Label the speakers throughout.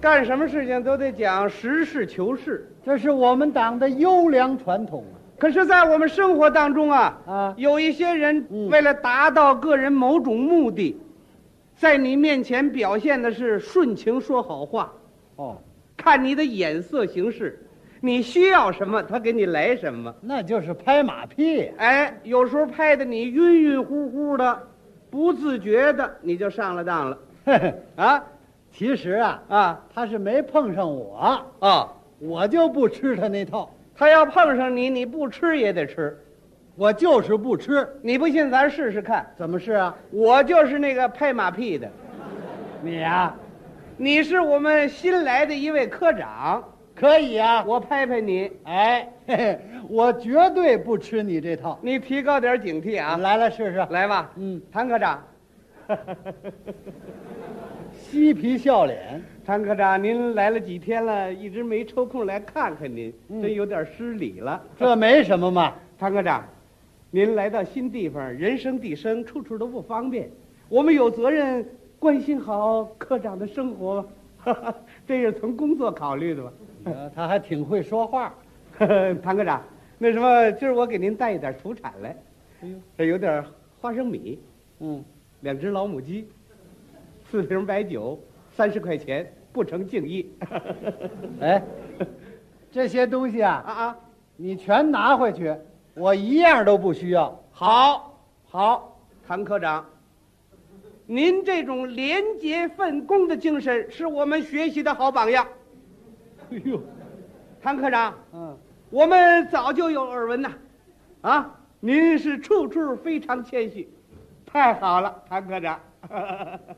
Speaker 1: 干什么事情都得讲实事求是。
Speaker 2: 这是我们党的优良传统
Speaker 1: 可是，在我们生活当中啊，
Speaker 2: 啊
Speaker 1: 有一些人
Speaker 2: 嗯
Speaker 1: 为了达到个人某种目的，在你面前表现的是顺情说好话，
Speaker 2: 哦，
Speaker 1: 看你的眼色行事，你需要什么，他给你来什么。
Speaker 2: 那就是拍马屁。
Speaker 1: 哎，有时候拍的你晕晕乎乎的，不自觉的你就上了当了
Speaker 2: 嘿嘿
Speaker 1: 啊
Speaker 2: 其实啊，
Speaker 1: 啊
Speaker 2: 他是没碰上我，
Speaker 1: 哦！
Speaker 2: 我就不吃他那套，
Speaker 1: 他要碰上你，你不吃也得吃。
Speaker 2: 我就是不吃。
Speaker 1: 你不信，咱试试看。
Speaker 2: 怎么是啊？
Speaker 1: 我就是那个拍马屁的，
Speaker 2: 你呀、
Speaker 1: 你是我们新来的一位科长，
Speaker 2: 可以啊。
Speaker 1: 我拍拍你，
Speaker 2: 哎， 嘿嘿，我绝对不吃你这套。
Speaker 1: 你提高点警惕啊！
Speaker 2: 来来试试，
Speaker 1: 来吧，
Speaker 2: 嗯，
Speaker 1: 谭科长，
Speaker 2: 嬉皮笑脸。
Speaker 1: 谭科长，您来了几天了，一直没抽空来看看您，真有点失礼了。
Speaker 2: 这没什 么嘛。
Speaker 1: 谭科长，您来到新地方，人生地生，处处都不方便，我们有责任关心好科长的生活吧， 这是从工作考虑的吧？
Speaker 2: 呃他还挺会说话。
Speaker 1: 谭科长，那什么，今儿我给您带一点土产来，这有点花生米，
Speaker 2: 嗯，
Speaker 1: 两只老母鸡，四瓶白酒，三十块钱，不成敬意。
Speaker 2: 哎， 这些东西啊
Speaker 1: 啊，啊，
Speaker 2: 你全拿回去，我一样都不需要。
Speaker 1: 好，好，谭科长，您这种廉洁奉公的精神是我们学习的好榜样。
Speaker 2: 哎呦，
Speaker 1: 谭科长，
Speaker 2: 嗯，
Speaker 1: 我们早就有耳闻呐，啊，您是处处非常谦虚，太好了，谭科长，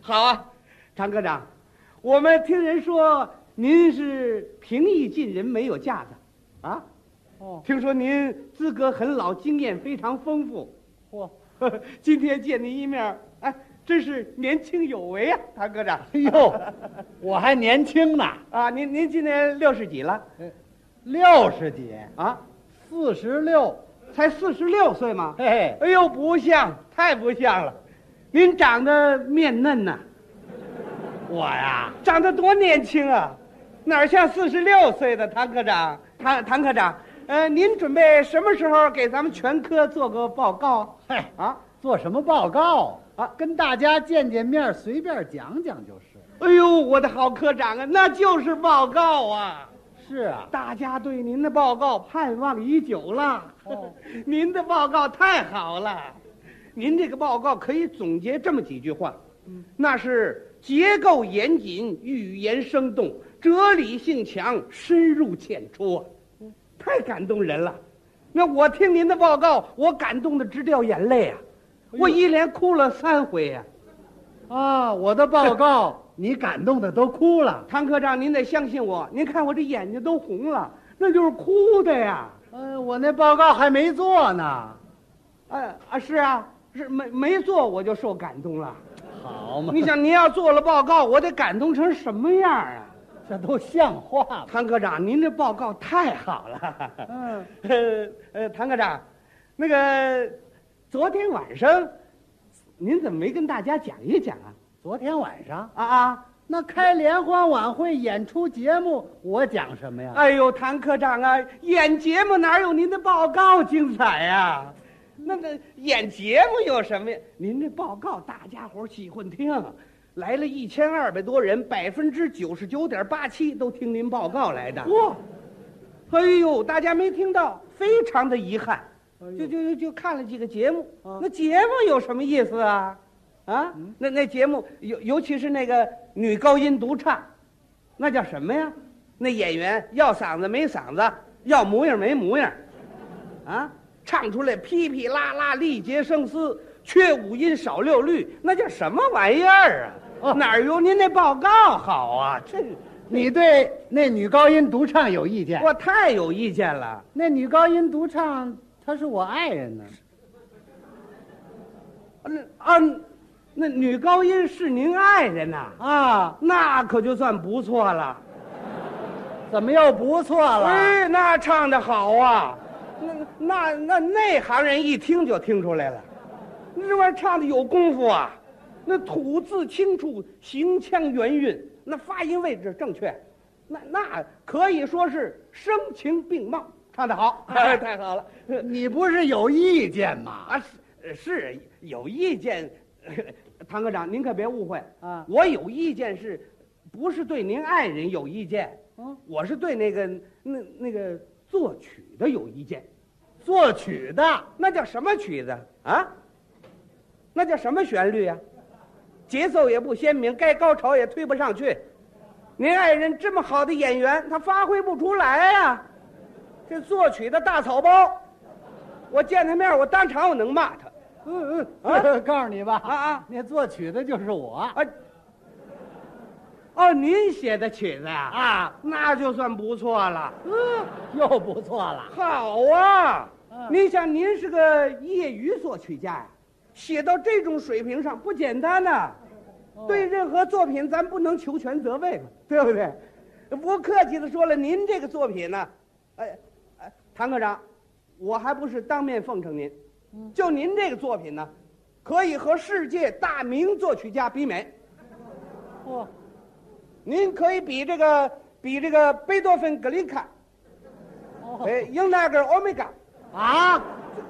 Speaker 1: 好啊，谭科长，我们听人说您是平易近人，没有架子，啊，
Speaker 2: 哦，
Speaker 1: 听说您资格很老，经验非常丰富，
Speaker 2: 嚯，
Speaker 1: 今天见您一面，哎，真是年轻有为啊，谭科长，
Speaker 2: 哎呦，我还年轻呢，
Speaker 1: 啊，您您今年六十几了
Speaker 2: 六十几，
Speaker 1: 啊？
Speaker 2: 四十六，
Speaker 1: 才四十六岁吗？
Speaker 2: 嘿嘿，
Speaker 1: 哎呦，不像，太不像了！您长得面嫩呐、
Speaker 2: 我呀，
Speaker 1: 长得多年轻啊，哪儿像四十六岁的谭科长？谭谭科长，呃，您准备什么时候给咱们全科做个报告
Speaker 2: 嘿，
Speaker 1: 啊？
Speaker 2: 做什么报告
Speaker 1: 啊
Speaker 2: 跟大家见见面，随便讲讲就是。
Speaker 1: 哎呦，我的好科长啊，那就是报告啊！
Speaker 2: 是啊，
Speaker 1: 大家对您的报告盼望已久了，
Speaker 2: 哦
Speaker 1: 您的报告太好了。您这个报告可以总结这么几句话，那是结构严谨、语言生动、哲理性强、深入浅出啊，太感动人了。那我听您的报告，我感动的直掉眼泪啊，我一连哭了三回呀、
Speaker 2: 啊，我的报 告你感动的都哭了。
Speaker 1: 谭科长，您得相信我，您看我这眼睛都红了，那就是哭的呀。
Speaker 2: 嗯、我那报告还没做呢。
Speaker 1: 呃啊，是啊，是没没做我就受感动了。
Speaker 2: 好嘛
Speaker 1: 你想，您要做了报告，我得感动成什么样啊？
Speaker 2: 这都像话吗？
Speaker 1: 谭科长，您这报告太好了。
Speaker 2: 嗯，
Speaker 1: 呃呃，谭科长，那个昨天晚上，您怎么没跟大家讲一讲啊？
Speaker 2: 昨天晚上
Speaker 1: 啊啊！
Speaker 2: 那开联欢晚会演出节目，我讲什么呀？
Speaker 1: 哎呦，谭科长啊，演节目哪有您的报告精彩呀、那那演节目有什么呀？您这报告大家伙儿喜欢听，来了一千二百多人，百分之九十九点八七都听您报告来的。
Speaker 2: 哇，
Speaker 1: 哎呦，大家没听到，非常的遗憾，
Speaker 2: 哎呦
Speaker 1: 就就就就看了几个节目，
Speaker 2: 啊嗯
Speaker 1: 那节目有什么意思啊？啊，那那节目尤尤其是那个女高音独唱，那叫什么呀？那演员要嗓子没嗓子，要模样没模样，啊，唱出来噼噼啦啦，力竭声嘶，缺五音少六律，那叫什么玩意儿啊？
Speaker 2: 哦
Speaker 1: 哪儿有您那报告好啊？这
Speaker 2: 你对那女高音独唱有意见？
Speaker 1: 我太有意见了。
Speaker 2: 那女高音独唱，她是我爱人呢。
Speaker 1: 那啊，那女高音是您爱人呐、
Speaker 2: 啊，
Speaker 1: 那可就算不错了。
Speaker 2: 怎么又不错了？
Speaker 1: 哎，那唱的好啊，那那那内行人一听就听出来了，那这玩意儿唱的有功夫啊，那吐字清楚，行腔圆韵，那发音位置正确，那那可以说是声情并茂，唱得好，哎太好了。
Speaker 2: 你不是有意见吗？
Speaker 1: 啊，是是有意见，呃唐科长您可别误会
Speaker 2: 啊
Speaker 1: 我有意见是，不是对您爱人有意见？
Speaker 2: 嗯，
Speaker 1: 我是对那个那那个作曲的有意见，
Speaker 2: 作曲的
Speaker 1: 那叫什么曲子啊？那叫什么旋律啊？节奏也不鲜明，该高潮也推不上去。您爱人这么好的演员，他发挥不出来呀、这作曲的大草包，我见他面我当场我能骂他。
Speaker 2: 嗯
Speaker 1: 啊
Speaker 2: 嗯，告诉你吧，
Speaker 1: 啊啊
Speaker 2: 那作曲的就是我
Speaker 1: 啊，哦，您写的曲子呀、啊？
Speaker 2: 啊，
Speaker 1: 那就算不错了。
Speaker 2: 嗯，又不错了。
Speaker 1: 好啊
Speaker 2: 嗯，
Speaker 1: 您想，您是个业余作曲家呀、写到这种水平上不简单呐、
Speaker 2: 哦
Speaker 1: 对任何作品，咱不能求全责备嘛，对不对？不客气的说了，您这个作品呢、哎，哎，唐科长，我还不是当面奉承您，
Speaker 2: 嗯
Speaker 1: 就您这个作品呢、可以和世界大名作曲家比美。哦
Speaker 2: 嚯，
Speaker 1: 您可以比这个比这个贝多芬、格林卡，
Speaker 2: 哦
Speaker 1: 哎，英纳格尔、欧米伽，
Speaker 2: 啊，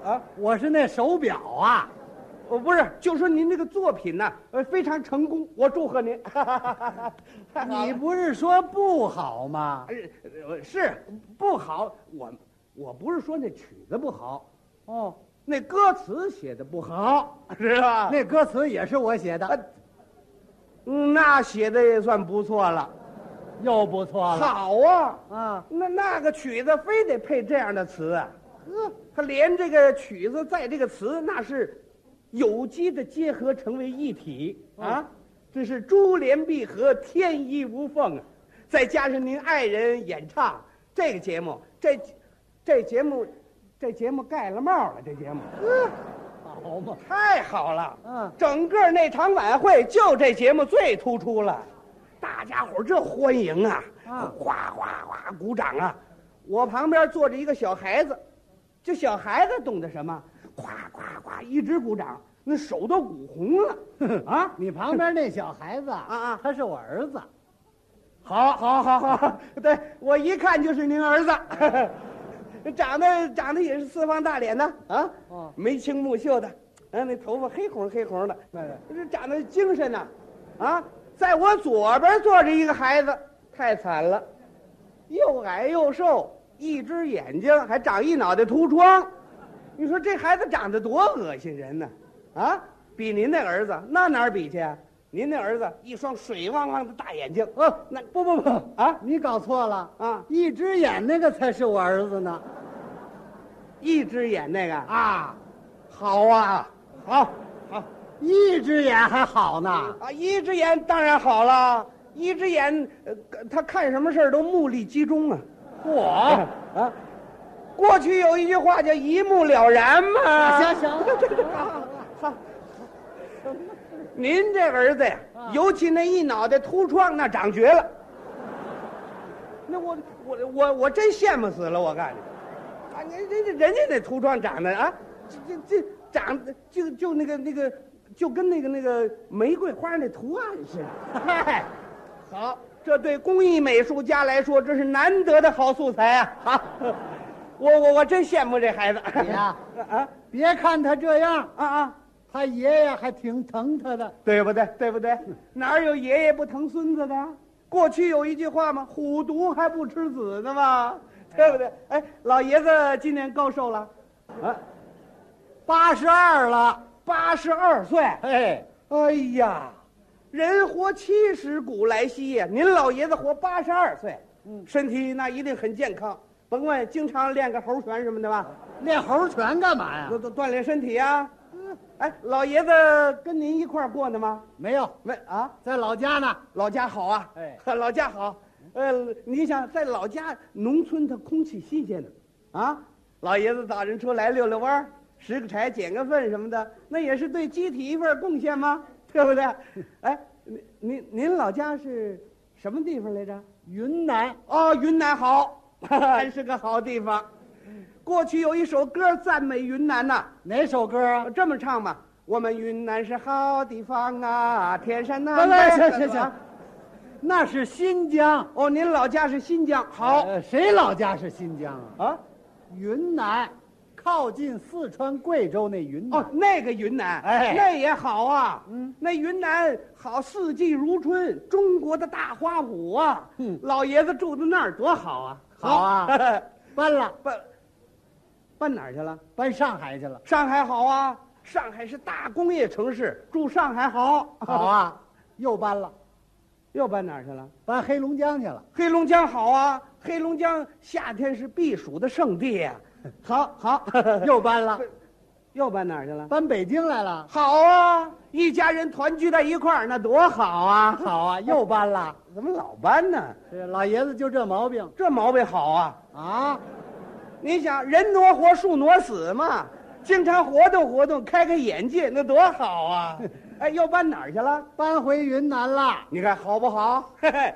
Speaker 1: 啊，
Speaker 2: 我是那手表啊，
Speaker 1: 我哦不是，就说您这个作品呢、呃，非常成功，我祝贺您。太好了
Speaker 2: 你不是说不好吗？
Speaker 1: 呃呃是不好，我我不是说那曲子不好，
Speaker 2: 哦，
Speaker 1: 那歌词写的不好，是吧？
Speaker 2: 那歌词也是我写
Speaker 1: 那
Speaker 2: 的，、
Speaker 1: 嗯那写的也算不错了，
Speaker 2: 又不错了
Speaker 1: 好啊。
Speaker 2: 啊。
Speaker 1: 那那个曲子非得配这样的词啊？呵，他连这个曲子在这个词那是有机的结合成为一体啊，这是珠联璧合，天衣无缝啊！再加上您爱人演唱这个节目，这这节目这节目盖了帽了，这节目
Speaker 2: 好嘛，
Speaker 1: 太好了。
Speaker 2: 嗯
Speaker 1: 整个那场晚会就这节目最突出了，大家伙儿这欢迎啊，
Speaker 2: 啊
Speaker 1: 哗哗哗鼓掌啊！我旁边坐着一个小孩子，这小孩子懂得什么？哗哗哗一直鼓掌，那手都鼓红了啊！
Speaker 2: 你旁边那小孩子 啊
Speaker 1: 啊
Speaker 2: 他是我儿子，
Speaker 1: 好，好，好，好，对我一看就是您儿子， 长得长得也是四方大脸的啊
Speaker 2: 哦，
Speaker 1: 眉清目秀的，嗯，那头发黑红黑红的，
Speaker 2: 对
Speaker 1: 这长得精神呐、啊，在我左边坐着一个孩子，太惨了，又矮又瘦，一只眼睛还长一脑袋秃疮，你说这孩子长得多恶心人呢、啊？比您那儿子那哪儿比去啊？您那儿子一双水汪汪的大眼睛，
Speaker 2: 哦，
Speaker 1: 那不不不啊
Speaker 2: 你搞错了
Speaker 1: 啊！
Speaker 2: 一只眼那个才是我儿子呢
Speaker 1: 一只眼那个啊，
Speaker 2: 啊，
Speaker 1: 好啊，好，好
Speaker 2: 一只眼还好呢，
Speaker 1: 啊！一只眼当然好了，一只眼呃，他看什么事儿都目力集中啊。
Speaker 2: 我
Speaker 1: 啊，过去有一句话叫一目了然嘛。
Speaker 2: 啊行行了
Speaker 1: 好，您这儿子呀，
Speaker 2: 啊
Speaker 1: 尤其那一脑袋秃疮，那长绝了。那我我我我真羡慕死了，我告诉你，啊，人人家人家那秃疮长得啊，这这这长得就就那个那个，就跟那个那个玫瑰花那图案似的。嗨，好，这对工艺美术家来说，这是难得的好素材啊！好，我我我真羡慕这孩子。
Speaker 2: 你呀
Speaker 1: 啊
Speaker 2: 别看他这样，
Speaker 1: 啊啊！
Speaker 2: 他爷爷还挺疼他的。
Speaker 1: 对不对？对不对？哪儿有爷爷不疼孙子的？过去有一句话嘛，虎毒还不吃子呢嘛，对不对？哎，老爷子今年高寿了？啊，
Speaker 2: 八十二了，
Speaker 1: 八十二岁。
Speaker 2: 嘿，
Speaker 1: 哎呀，人活七十古来稀呀、您老爷子活八十二岁，嗯，身体那一定很健康。甭问，经常练个猴拳什么的吧，
Speaker 2: 练猴拳干嘛呀
Speaker 1: 锻？锻锻炼身体啊。哎，老爷子跟您一块儿过的吗？
Speaker 2: 没有，
Speaker 1: 没啊。
Speaker 2: 在老家呢。
Speaker 1: 老家好啊，
Speaker 2: 哎
Speaker 1: 老家好。呃，你想在老家农村，它空气新鲜呢，啊，老爷子早晨出来溜溜弯儿，拾个柴、捡个粪什么的，那也是对集体一份贡献吗？ 对不对？哎，您您您老家是什么地方来着？
Speaker 2: 云南
Speaker 1: 哦，云南好， 还是个好地方。过去有一首歌赞美云南呐、
Speaker 2: 哪首歌啊？
Speaker 1: 这么唱吧， 我们云南是好地方啊，天山
Speaker 2: 来
Speaker 1: 南
Speaker 2: 来，
Speaker 1: 北
Speaker 2: 行行行，那是新疆。
Speaker 1: 哦，您老家是新疆，好
Speaker 2: 呃谁老家是新疆啊？
Speaker 1: 啊，
Speaker 2: 云南，靠近四川、贵州那云南。
Speaker 1: 哦，那个云南，
Speaker 2: 哎
Speaker 1: 那也好啊，
Speaker 2: 嗯，
Speaker 1: 那云南好，四季如春，中国的大花圃啊，
Speaker 2: 嗯
Speaker 1: 老爷子住在那儿多好啊，
Speaker 2: 好啊，搬了，
Speaker 1: 搬搬哪儿去了？
Speaker 2: 搬上海去了。
Speaker 1: 上海好啊，上海是大工业城市，住上海好，
Speaker 2: 好，啊，又搬了，
Speaker 1: 又搬哪儿去了？
Speaker 2: 搬黑龙江去了。
Speaker 1: 黑龙江好啊，黑龙江夏天是避暑的圣地呀、好好，
Speaker 2: 又搬了，
Speaker 1: 又搬哪儿去了？
Speaker 2: 搬北京来了。
Speaker 1: 好啊，一家人团聚在一块儿，那多好啊！
Speaker 2: 好啊，又 搬了。
Speaker 1: 怎么老搬呢？
Speaker 2: 这老爷子就这毛病
Speaker 1: 这毛病好啊！
Speaker 2: 啊！
Speaker 1: 你想，人挪活，树挪死嘛，经常活动活动，开开眼界，那多好啊！ 哎，又搬哪儿去了？
Speaker 2: 搬回云南啦。
Speaker 1: 你看好不好？嘿嘿，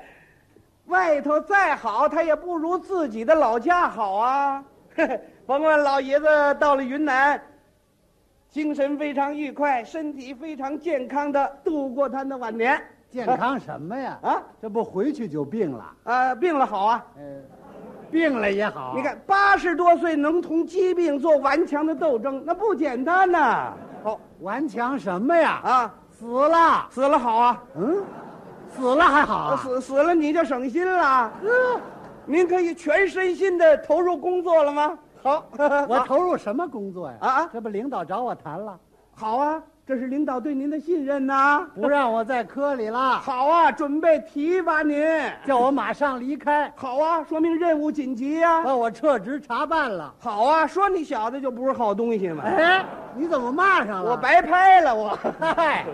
Speaker 1: 外头再好，他也不如自己的老家好啊！嘿嘿，甭管老爷子到了云南，精神非常愉快，身体非常健康的度过他的晚年。
Speaker 2: 健康什么呀？
Speaker 1: 啊
Speaker 2: 这不回去就病了。
Speaker 1: 啊，病了好啊！
Speaker 2: 呃，病了也好。啊
Speaker 1: 你，看，八十多岁能同疾病做顽强的斗争，那不简单呐、好
Speaker 2: 顽强什么呀？
Speaker 1: 啊，
Speaker 2: 死了。
Speaker 1: 死了好啊，
Speaker 2: 嗯，死了还好啊。嗯
Speaker 1: 死死了你就省心了。您可以全身心的投入工作了吗？ 好，
Speaker 2: 我投入什么工作呀？
Speaker 1: 啊啊
Speaker 2: 这不领导找我谈了，
Speaker 1: 好啊，这是领导对您的信任呐、
Speaker 2: 不让我在科里了，
Speaker 1: 好啊，准备提拔您。
Speaker 2: 叫我马上离开，
Speaker 1: 好啊，说明任务紧急呀、
Speaker 2: 把我撤职查办了。哎
Speaker 1: 好啊，说你小子就不是好东西嘛。
Speaker 2: 哎，你怎么骂上了？
Speaker 1: 我白拍了我。
Speaker 2: 嗨，